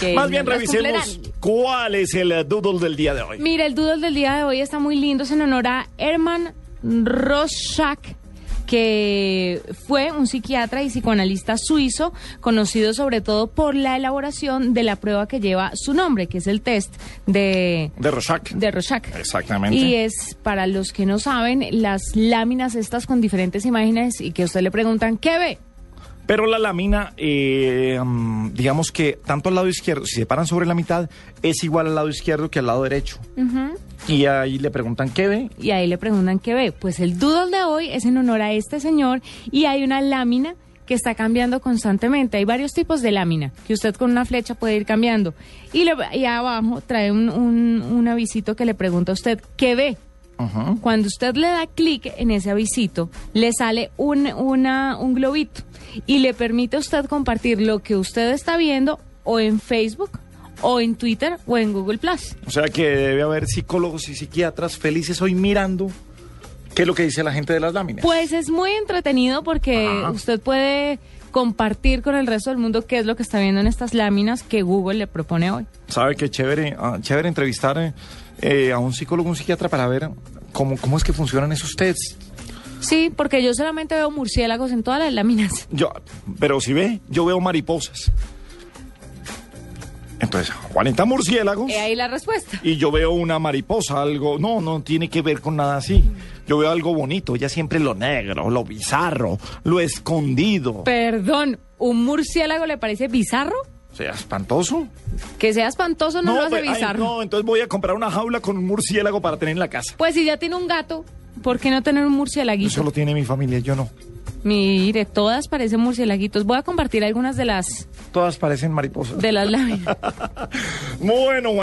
que Más bien las revisemos cumplerán. cuál es el eh, doodle del día de hoy. Mira, el doodle del día de hoy está muy lindo. Es en honor a Herman Rorschach que fue un psiquiatra y psicoanalista suizo, conocido sobre todo por la elaboración de la prueba que lleva su nombre, que es el test de, De Rorschach. de Rorschach. Exactamente. Y es, para los que no saben, las láminas estas con diferentes imágenes y que a usted le preguntan, ¿qué ve? Pero la lámina, eh, mm, digamos que tanto al lado izquierdo, si se paran sobre la mitad, es igual al lado izquierdo que al lado derecho. Y ahí le preguntan qué ve. y ahí le preguntan qué ve. Pues el doodle de hoy es en honor a este señor y hay una lámina que está cambiando constantemente. Hay varios tipos de lámina que usted con una flecha puede ir cambiando. Y, le- y abajo trae un, un, un avisito que le pregunta a usted qué ve. Ujú. Cuando usted le da clic en ese avisito, le sale un, una, un globito y le permite a usted compartir lo que usted está viendo o en Facebook, o en Twitter, o en Google Plus. O sea que debe haber psicólogos y psiquiatras felices hoy mirando qué es lo que dice la gente de las láminas. Pues es muy entretenido porque Ajá. usted puede compartir con el resto del mundo qué es lo que está viendo en estas láminas que Google le propone hoy. ¿Sabe qué chévere, ah, chévere entrevistar eh, eh, a un psicólogo, un psiquiatra para ver cómo, cómo es que funcionan esos tests? Sí, porque yo solamente veo murciélagos en todas las láminas. Yo, pero si ve, yo veo mariposas. Entonces, Juanita murciélagos. He Eh, ahí la respuesta. y yo veo una mariposa, algo, no, no tiene que ver con nada así. Yo veo algo bonito, ella siempre lo negro, lo bizarro, lo escondido. Perdón, ¿un murciélago le parece bizarro? O sea, espantoso. Que sea espantoso no, lo hace pues, ay, bizarro. no, entonces voy a comprar una jaula con un murciélago para tener en la casa. Pues si ya tiene un gato, ¿por qué no tener un Eso murciélaguito? lo tiene mi familia, yo no. Mire, todas parecen murciélaguitos. Voy a compartir algunas de las Todas parecen mariposas. de las láminas. Bueno,